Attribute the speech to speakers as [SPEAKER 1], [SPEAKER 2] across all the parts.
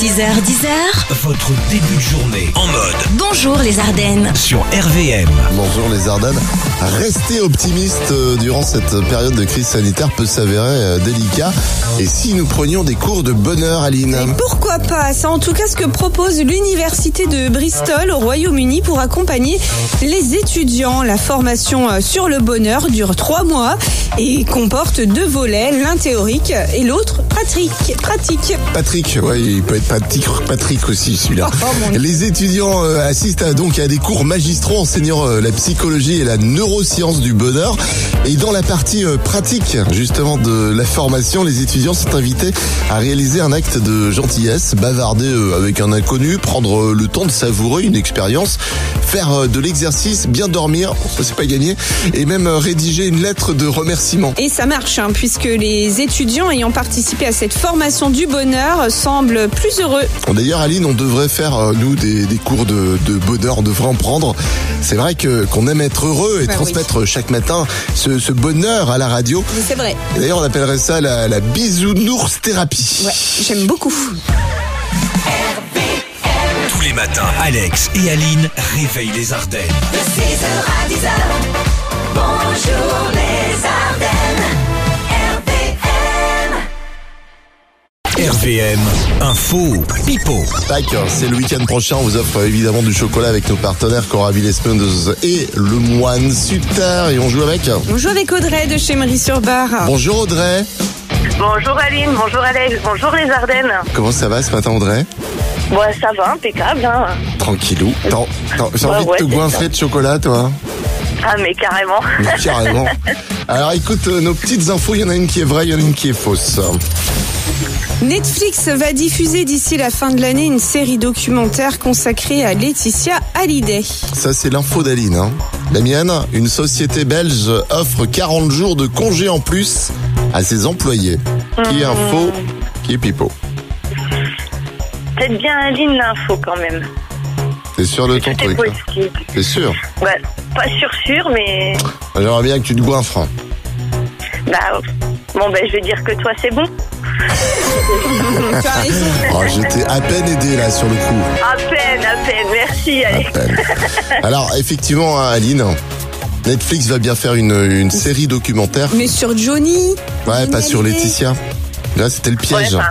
[SPEAKER 1] 6h10h,
[SPEAKER 2] Votre début de journée en mode
[SPEAKER 1] bonjour les Ardennes.
[SPEAKER 2] sur RVM.
[SPEAKER 3] Bonjour les Ardennes. Rester optimiste euh, durant cette période de crise sanitaire peut s'avérer euh, délicat. Et si nous prenions des cours de bonheur, Aline
[SPEAKER 4] Pourquoi pas C'est en tout cas ce que propose l'université de Bristol au Royaume-Uni pour accompagner les étudiants. La formation euh, sur le bonheur dure trois mois et comporte deux volets, l'un théorique et l'autre pratique. pratique.
[SPEAKER 3] Patrick, ouais, il peut être Patrick, Patrick aussi celui-là. Les étudiants euh, assistent à- donc à des cours magistraux enseignant euh, la psychologie et la neuroscience du bonheur. Et dans la partie euh, pratique justement de la formation, les étudiants sont invités à réaliser un acte de gentillesse, bavarder euh, avec un inconnu, prendre euh, le temps de savourer une expérience, faire euh, de l'exercice, bien dormir, ça c'est pas gagné, et même euh, rédiger une lettre de remerciement.
[SPEAKER 4] Et ça marche, hein, puisque les étudiants ayant participé à cette formation du bonheur euh, semblent plus heureux.
[SPEAKER 3] D'ailleurs, Aline, on devrait faire, euh, nous, des, des cours de, de bonheur, on devrait en prendre. C'est vrai que qu'on aime être heureux et
[SPEAKER 4] Bah oui.
[SPEAKER 3] transmettre chaque matin ce, ce bonheur à la radio.
[SPEAKER 4] Mais C'est vrai,
[SPEAKER 3] Et D'ailleurs, on appellerait ça la, la bisounours thérapie.
[SPEAKER 4] ouais, j'aime beaucoup.
[SPEAKER 2] Tous les matins, Alex et Aline réveillent les Ardennes.
[SPEAKER 5] De 6h à 10h, bonjour les Ardennes, RPM.
[SPEAKER 2] RVM, info, pipo.
[SPEAKER 3] Pâques, c'est le week-end prochain. On vous offre euh, évidemment du chocolat avec nos partenaires Cora Villes-Meuse et Le Moine Sutter. Et on joue avec.
[SPEAKER 4] On joue avec Audrey de chez Marie-sur-Bar.
[SPEAKER 3] Bonjour Audrey.
[SPEAKER 6] Bonjour Aline, bonjour Alex, bonjour les Ardennes.
[SPEAKER 3] Comment ça va ce matin Audrey
[SPEAKER 6] Bon, ça va, impeccable. Hein.
[SPEAKER 3] Tranquillou. T'en- t'en- J'ai envie
[SPEAKER 6] Bah ouais,
[SPEAKER 3] de te
[SPEAKER 6] c'est
[SPEAKER 3] goinfrer de chocolat toi.
[SPEAKER 6] Ah mais carrément.
[SPEAKER 3] Mais Carrément. Alors écoute, euh, nos petites infos, il y en a une qui est vraie, il y en a une qui est fausse.
[SPEAKER 4] Netflix va diffuser d'ici la fin de l'année une série documentaire consacrée à Laetitia Hallyday.
[SPEAKER 3] Ça, c'est l'info d'Aline. Hein. La mienne, une société belge offre 40 jours de congé en plus à ses employés. Qui est info, qui est pipo.
[SPEAKER 6] Peut-être bien Aline l'info quand même.
[SPEAKER 3] T'es sûr de ton
[SPEAKER 6] Tout est
[SPEAKER 3] truc hein
[SPEAKER 6] possible.
[SPEAKER 3] T'es sûr
[SPEAKER 6] Ouais, pas sûr sûr, mais
[SPEAKER 3] J'aimerais bien que tu te goinfres. hein.
[SPEAKER 6] bah bon ben je vais dire que toi c'est bon.
[SPEAKER 4] Tu as raison.
[SPEAKER 3] Oh, J'étais à peine aidé là sur le coup.
[SPEAKER 6] À peine, à peine. Merci Alex.
[SPEAKER 3] Alors effectivement, hein, Aline, Netflix va bien faire une, une série documentaire.
[SPEAKER 4] Mais sur Johnny
[SPEAKER 3] Ouais, pas sur
[SPEAKER 4] Hallyday.
[SPEAKER 3] Laetitia. Là, c'était le
[SPEAKER 6] Ouais,
[SPEAKER 3] piège.
[SPEAKER 6] ben,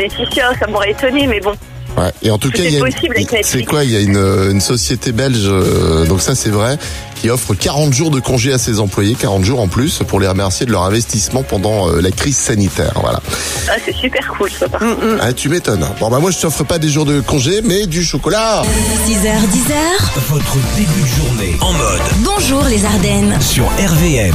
[SPEAKER 6] Laetitia, ça m'aurait étonné, mais bon.
[SPEAKER 3] Ouais. Et en tout
[SPEAKER 6] Tout
[SPEAKER 3] cas,
[SPEAKER 6] est
[SPEAKER 3] il y a une-
[SPEAKER 6] possible avec Netflix.
[SPEAKER 3] c'est quoi Il y a une, euh, une société belge, euh, donc ça c'est vrai, qui offre 40 jours de congé à ses employés, 40 jours en plus pour les remercier de leur investissement pendant euh, la crise sanitaire. Voilà.
[SPEAKER 6] Ah, c'est super cool ça. par contre.
[SPEAKER 3] Ah, tu m'étonnes. Bon bah moi je t'offre pas des jours de congé, mais du chocolat.
[SPEAKER 1] 6h10h,
[SPEAKER 2] Votre début de journée en mode
[SPEAKER 1] bonjour les Ardennes.
[SPEAKER 2] sur RVM.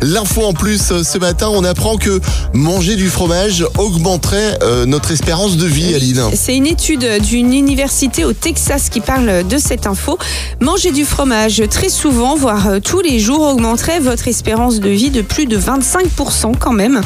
[SPEAKER 3] L'info en plus euh, ce matin, on apprend que manger du fromage augmenterait euh, notre espérance de vie, Aline.
[SPEAKER 4] C'est une étude d'une université au Texas qui parle de cette info. Manger du fromage très souvent, voire euh, tous les jours, augmenterait votre espérance de vie de plus de 25% quand même.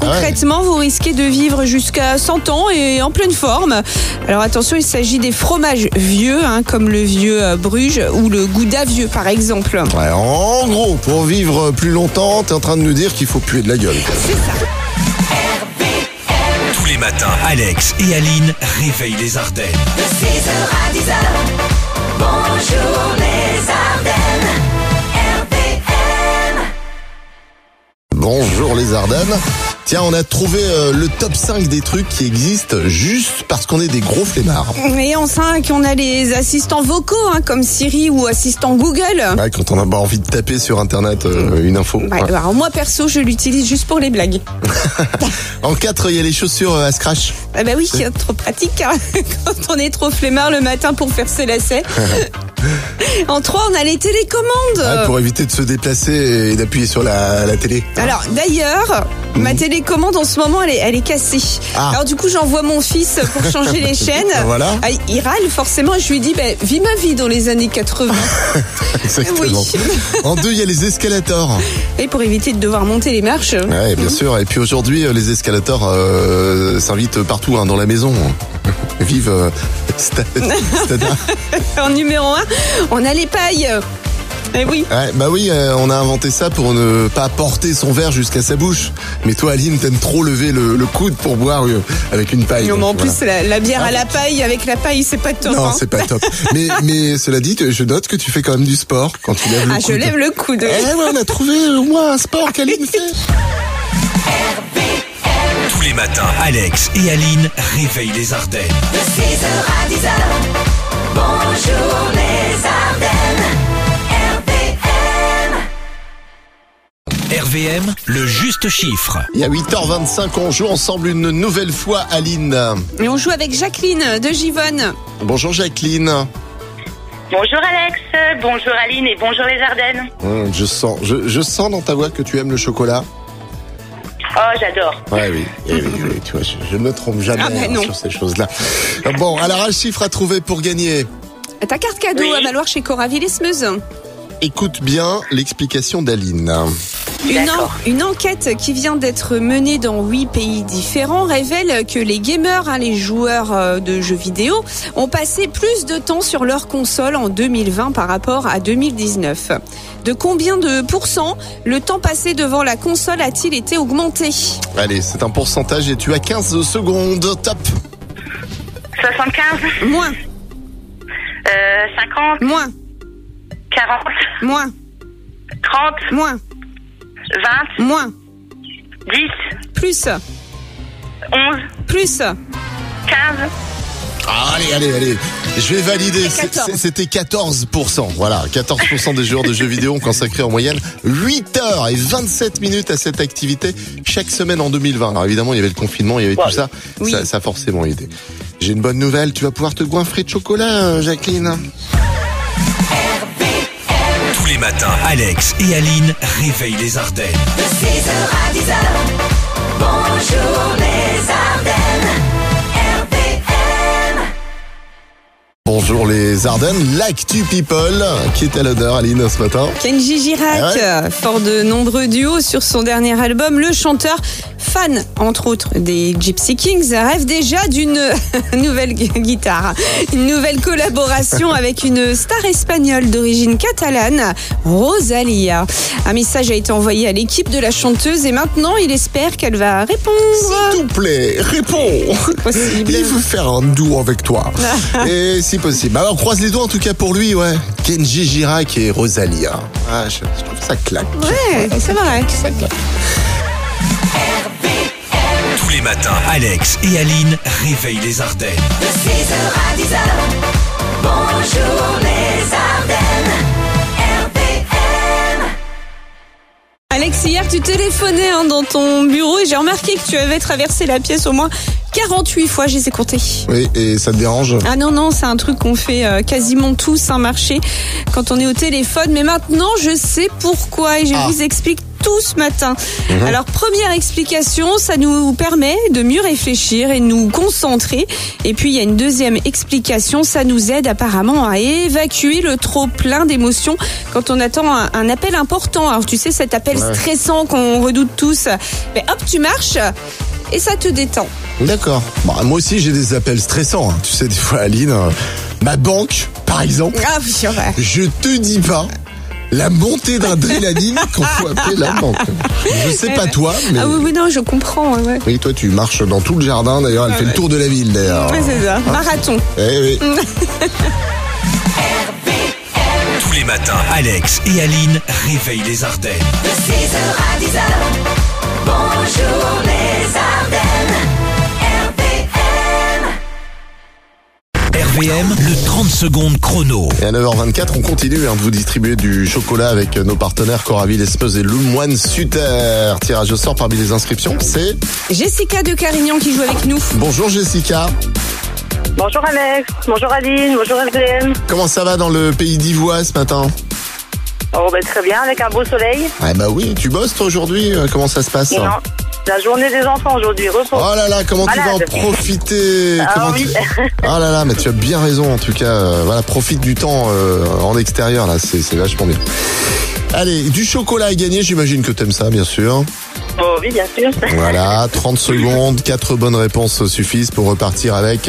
[SPEAKER 4] Concrètement, vous risquez de vivre jusqu'à 100 ans et en pleine forme. Alors attention, il s'agit des fromages vieux, hein, comme le vieux euh, Bruges ou le Gouda vieux par exemple.
[SPEAKER 3] Ouais, en gros, pour vivre plus longtemps, t'es en train de nous dire qu'il faut puer de la gueule.
[SPEAKER 2] Tous les matins, Alex et Aline réveillent les Ardennes.
[SPEAKER 5] De 6h à 10h, bonjour les Ardennes, RPM.
[SPEAKER 3] Bonjour les Ardennes. Tiens, on a trouvé euh, le top 5 des trucs qui existent juste parce qu'on est des gros flemmards.
[SPEAKER 4] Et en 5, on a les assistants vocaux, hein, comme Siri ou assistant Google.
[SPEAKER 3] Ouais, quand on a pas envie de taper sur internet euh, une info.
[SPEAKER 4] Ouais,
[SPEAKER 3] Bah, Ouais.
[SPEAKER 4] alors moi perso, je l'utilise juste pour les blagues.
[SPEAKER 3] En 4, il y a les chaussures euh, à scratch.
[SPEAKER 4] Ah bah oui, trop pratique hein, quand on est trop flemmard le matin pour faire ses lacets. en 3, on a les télécommandes.
[SPEAKER 3] Ouais, Ah, pour éviter de se déplacer et d'appuyer sur la, la télé.
[SPEAKER 4] Alors d'ailleurs, ma télécommande en ce moment, elle est, elle est cassée.
[SPEAKER 3] Ah.
[SPEAKER 4] Alors du coup, j'envoie mon fils pour changer les chaînes.
[SPEAKER 3] Voilà.
[SPEAKER 4] Ah, il râle forcément et je lui dis, bah, vis ma vie dans les années 80.
[SPEAKER 3] Ah. Exactement.
[SPEAKER 4] Oui.
[SPEAKER 3] En 2, il y a les escalators.
[SPEAKER 4] et pour éviter de devoir monter les marches.
[SPEAKER 3] Ouais, bien sûr. Et puis aujourd'hui, euh, les escalators euh, s'invitent partout hein, dans la maison. Vive euh, Sta- Stada.
[SPEAKER 4] En numéro 1, on a les pailles. Eh oui.
[SPEAKER 3] Ouais, bah oui, euh, on a inventé ça pour ne pas porter son verre jusqu'à sa bouche. Mais toi, Aline, t'aimes trop lever le, le coude pour boire euh, avec une paille.
[SPEAKER 4] Non, mais en
[SPEAKER 3] donc,
[SPEAKER 4] plus,
[SPEAKER 3] voilà. Ah,
[SPEAKER 4] la, la bière à la paille, avec la paille, c'est pas top.
[SPEAKER 3] Non,
[SPEAKER 4] hein.
[SPEAKER 3] c'est pas top. mais, mais cela dit, je note que tu fais quand même du sport quand tu lèves le
[SPEAKER 4] Ah,
[SPEAKER 3] coude.
[SPEAKER 4] je lève le coude.
[SPEAKER 3] Eh ouais, on a trouvé au moins un sport qu'Aline fait.
[SPEAKER 2] Tous les matins, Alex et Aline réveillent les Ardennes.
[SPEAKER 5] De 6h à 10h, bonjour les Ardennes, RPM.
[SPEAKER 2] RVM, le juste chiffre.
[SPEAKER 3] Il y a 8h25, on joue ensemble une nouvelle fois, Aline.
[SPEAKER 4] Et on joue avec Jacqueline de Givonne.
[SPEAKER 3] Bonjour Jacqueline.
[SPEAKER 6] Bonjour Alex, bonjour Aline et bonjour les Ardennes.
[SPEAKER 3] Hum, je sens, je, je sens dans ta voix que tu aimes le chocolat.
[SPEAKER 6] Oh, j'adore.
[SPEAKER 3] Ouais, oui, Eh oui, oui, tu vois, je, je ne me trompe jamais
[SPEAKER 4] Ah, bah
[SPEAKER 3] hein,
[SPEAKER 4] non.
[SPEAKER 3] sur ces choses-là. Bon, alors un chiffre à trouver pour gagner.
[SPEAKER 4] Ta carte cadeau
[SPEAKER 6] Oui.
[SPEAKER 4] à valoir chez Coraville et Smeuse.
[SPEAKER 3] Écoute bien l'explication d'Aline.
[SPEAKER 4] Une, en-
[SPEAKER 6] D'accord.
[SPEAKER 4] une enquête qui vient d'être menée dans huit pays différents révèle que les gamers, hein, les joueurs euh, de jeux vidéo, ont passé plus de temps sur leur console en 2020 par rapport à 2019. De combien de pourcents le temps passé devant la console a-t-il été augmenté
[SPEAKER 3] Allez, c'est un pourcentage et tu as 15 secondes. Top
[SPEAKER 6] 75,
[SPEAKER 4] Moins,
[SPEAKER 6] euh, 50,
[SPEAKER 4] moins,
[SPEAKER 6] 40,
[SPEAKER 4] moins,
[SPEAKER 6] 30,
[SPEAKER 4] moins,
[SPEAKER 6] 20,
[SPEAKER 4] moins,
[SPEAKER 6] 10,
[SPEAKER 4] plus,
[SPEAKER 6] 11,
[SPEAKER 4] plus.
[SPEAKER 6] 15.
[SPEAKER 3] Ah, Allez, allez, allez. Je vais valider. C'est-
[SPEAKER 4] 14.
[SPEAKER 3] c'est- C'était 14%. Voilà, 14% des joueurs de jeux vidéo ont consacré en moyenne 8 heures et 27 minutes à cette activité chaque semaine en 2020. Alors évidemment, il y avait le confinement, il y avait tout ça.
[SPEAKER 4] Oui.
[SPEAKER 3] ça. Ça a forcément aidé. J'ai une bonne nouvelle. Tu vas pouvoir te goinfrer de chocolat, euh, Jacqueline.
[SPEAKER 2] Tous les matins, Alex et Aline réveillent les Ardennes.
[SPEAKER 5] De 6h à 10h, bonjour les Ardennes, RPM.
[SPEAKER 3] Bonjour les Ardennes, l'actu people qui est à l'odeur, Aline, ce matin.
[SPEAKER 4] Kenji Girac,
[SPEAKER 3] Ah ouais
[SPEAKER 4] euh, fort de nombreux duos sur son dernier album, le chanteur, fan entre autres des Gypsy Kings, rêve déjà d'une nouvelle gu- guitare, une nouvelle collaboration avec une star espagnole d'origine catalane, Rosalia. Un message a été envoyé à l'équipe de la chanteuse et maintenant il espère qu'elle va répondre.
[SPEAKER 3] S'il te plaît, réponds.
[SPEAKER 4] Possible.
[SPEAKER 3] Il veut faire un duo avec toi. et si possible. Alors, on croise les doigts en tout cas pour lui, ouais. Kenji Girac et Rosalia. Ah, je, je trouve ça claque.
[SPEAKER 4] Ouais, c'est vrai.
[SPEAKER 2] Tous les matins, Alex et Aline réveillent les Ardennes.
[SPEAKER 5] De 6h à 10h, bonjour les Ardennes, RPM.
[SPEAKER 4] Alex, hier tu téléphonais hein, dans ton bureau et j'ai remarqué que tu avais traversé la pièce au moins 48 fois, je les ai comptés.
[SPEAKER 3] Oui, et ça te dérange
[SPEAKER 4] Ah non, non, c'est un truc qu'on fait euh, quasiment tous, un marché, quand on est au téléphone. Mais maintenant, je sais pourquoi et je
[SPEAKER 3] Ah.
[SPEAKER 4] vous explique tout ce matin.
[SPEAKER 3] Mhm.
[SPEAKER 4] Alors, première explication, ça nous permet de mieux réfléchir et de nous concentrer. Et puis, il y a une deuxième explication, ça nous aide apparemment à évacuer le trop plein d'émotions quand on attend un, un appel important. Alors, tu sais, cet appel
[SPEAKER 3] Ouais.
[SPEAKER 4] stressant qu'on redoute tous. Mais hop, tu marches et ça te détend.
[SPEAKER 3] D'accord. Bah, moi aussi, j'ai des appels stressants. hein. Tu sais, des fois, Aline, euh, ma banque, par exemple,
[SPEAKER 4] Ah oui, c'est vrai.
[SPEAKER 3] je te dis pas. La montée d'adrénaline qu'on faut appeler la banque. Je sais pas toi, mais.
[SPEAKER 4] Ah oui, oui, non, je comprends. ouais, ouais.
[SPEAKER 3] Oui, toi, tu marches dans tout le jardin. D'ailleurs, elle fait le tour de la ville, d'ailleurs.
[SPEAKER 4] Ouais, c'est ça. Marathon.
[SPEAKER 3] Eh oui.
[SPEAKER 2] Tous les matins, Alex et Aline réveillent les Ardennes.
[SPEAKER 5] De 6h à 10h, bonjour les Ardennes, RPM.
[SPEAKER 2] RVM, le 30 secondes chrono.
[SPEAKER 3] Et à 9h24, on continue hein, de vous distribuer du chocolat avec euh, nos partenaires Coraville, Espeuse et Le Moine Sutter. Tirage au sort parmi les inscriptions, c'est
[SPEAKER 4] Jessica de Carignan qui joue avec nous.
[SPEAKER 3] Bonjour Jessica.
[SPEAKER 6] Bonjour Alex, bonjour Aline, bonjour FDM.
[SPEAKER 3] Comment ça va dans le pays d'Ivoire ce matin
[SPEAKER 6] Oh, ben très bien, avec un beau soleil.
[SPEAKER 3] Ah bah oui, tu bosses toi aujourd'hui euh, Comment ça se passe
[SPEAKER 6] Non, la journée des enfants aujourd'hui, repos.
[SPEAKER 3] Oh là là, comment
[SPEAKER 6] Malade.
[SPEAKER 3] tu vas en profiter
[SPEAKER 6] Ah
[SPEAKER 3] Comment
[SPEAKER 6] oui.
[SPEAKER 3] tu- Ah là là, mais tu as bien raison en tout cas. Euh, Voilà, profite du temps euh, en extérieur là, c'est c'est vachement bien. Allez, du chocolat à gagner, j'imagine que t'aimes ça bien sûr.
[SPEAKER 6] Oh, oui, bien sûr.
[SPEAKER 3] Voilà, 30 secondes, 4 bonnes réponses suffisent pour repartir avec.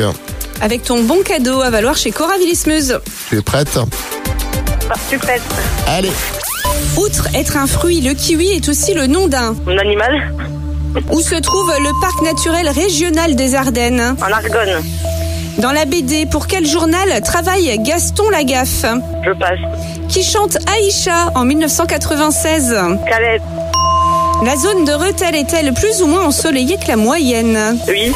[SPEAKER 4] Avec ton bon cadeau à valoir chez Cora Villismeuse.
[SPEAKER 3] Tu es prête
[SPEAKER 6] Parfait.
[SPEAKER 3] Allez,
[SPEAKER 4] Outre être un fruit, le kiwi est aussi le nom d'un.
[SPEAKER 6] Mon animal
[SPEAKER 4] Où se trouve le parc naturel régional des Ardennes
[SPEAKER 6] En argonne.
[SPEAKER 4] Dans la BD, pour quel journal travaille Gaston Lagaffe
[SPEAKER 6] Je passe.
[SPEAKER 4] Qui chante Aïcha en 1996
[SPEAKER 6] Calais.
[SPEAKER 4] La zone de Rethel est-elle plus ou moins ensoleillée que la moyenne
[SPEAKER 6] Oui.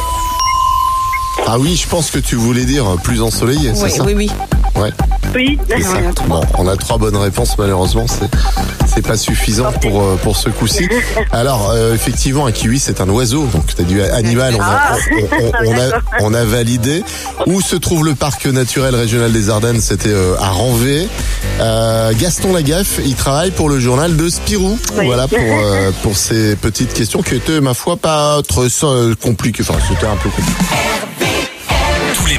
[SPEAKER 3] ah oui, je pense que tu voulais dire euh, plus ensoleillé, c'est
[SPEAKER 4] Oui,
[SPEAKER 3] ça
[SPEAKER 4] oui, oui.
[SPEAKER 3] Ouais.
[SPEAKER 6] Oui.
[SPEAKER 3] Et ça-
[SPEAKER 4] il y en a trois.
[SPEAKER 3] bon, on a trois bonnes réponses malheureusement, c'est c'est pas suffisant pour euh, pour ce coup-ci. Alors euh, effectivement, un kiwi c'est un oiseau, donc t'as du animal. On a, on, on- on a on a validé. Où se trouve le parc naturel régional des Ardennes C'était euh, à Ranvée. Euh, Gaston Lagaffe, il travaille pour le journal de Spirou.
[SPEAKER 6] Oui.
[SPEAKER 3] Voilà pour euh, pour ces petites questions qui étaient ma foi pas trop euh, compliquées. Enfin, c'était un peu compliqué.
[SPEAKER 2] Tous les